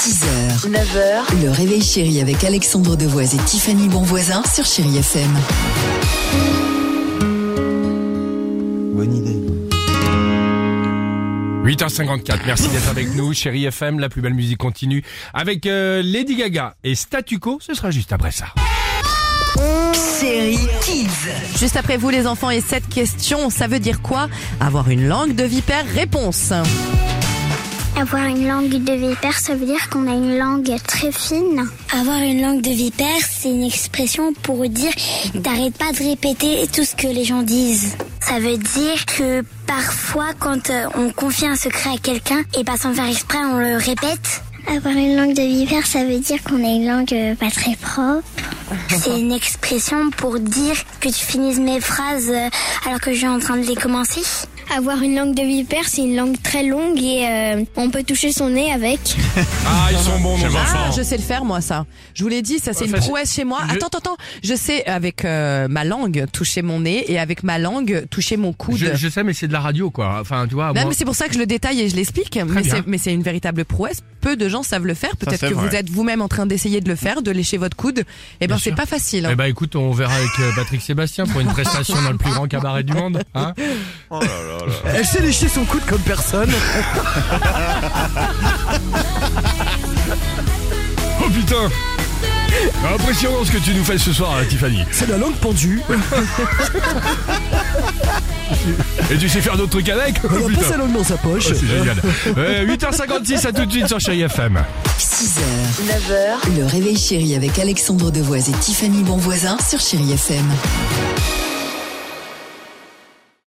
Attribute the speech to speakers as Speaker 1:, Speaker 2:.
Speaker 1: 6h, 9h, le réveil chéri avec Alexandre Devoise et Tiffany Bonvoisin sur Chéri FM.
Speaker 2: Bonne idée.
Speaker 3: 8h54, merci d'être avec nous, chérie FM, la plus belle musique continue, avec euh, Lady Gaga et Statu Quo, ce sera juste après ça.
Speaker 1: Série Kids.
Speaker 4: Juste après vous les enfants et cette question, ça veut dire quoi Avoir une langue de vipère Réponse. Ah,
Speaker 5: Avoir une langue de vipère, ça veut dire qu'on a une langue très fine. Avoir une langue de vipère, c'est une expression pour dire t'arrêtes pas de répéter tout ce que les gens disent. Ça veut dire que parfois, quand euh, on confie un secret à quelqu'un, et pas sans faire exprès, on le répète. Avoir une langue de vipère, ça veut dire qu'on a une langue euh, pas très propre. C'est une expression pour dire que tu finisses mes phrases euh, alors que je suis en train de les commencer. Avoir une langue de vipère, c'est une langue très longue et euh, on peut toucher son nez avec.
Speaker 3: Ah, ils sont bons, mon
Speaker 4: Ah, je sais le faire moi ça. Je vous l'ai dit, ça c'est une prouesse chez moi. Attends, attends, attends. Je sais avec euh, ma langue toucher mon nez et avec ma langue toucher mon coude.
Speaker 3: Je, je sais, mais c'est de la radio, quoi. Enfin, tu vois,
Speaker 4: Non,
Speaker 3: moi-
Speaker 4: mais c'est pour ça que je le détaille et je l'explique. Mais
Speaker 3: bien.
Speaker 4: c'est- Mais c'est une véritable prouesse. Peu de gens savent le faire. Peut-être
Speaker 6: c'est
Speaker 4: que vous
Speaker 6: vrai.
Speaker 4: êtes vous-même en train d'essayer de le faire, de lécher votre coude. Eh ben,
Speaker 3: Bien
Speaker 4: c'est
Speaker 3: sûr.
Speaker 4: pas facile. hein.
Speaker 3: Eh ben, écoute, on verra avec euh, Patrick Sébastien pour une prestation dans le plus grand cabaret du monde, hein.
Speaker 7: Elle sait lécher son coude comme personne.
Speaker 3: Oh putain! Ah, Impressionnant ce que tu nous fais ce soir, euh, Tiffany.
Speaker 7: C'est la langue pendue.
Speaker 3: Oh, Et tu sais faire d'autres trucs avec? Oh,
Speaker 7: Elle a pas sa langue dans sa poche.
Speaker 3: c'est génial. Euh, 8h56, à tout de suite sur Chérie FM.
Speaker 1: 6h, 9h, le réveil chéri avec Alexandre Devoise et Tiffany Bonvoisin sur Chéri FM.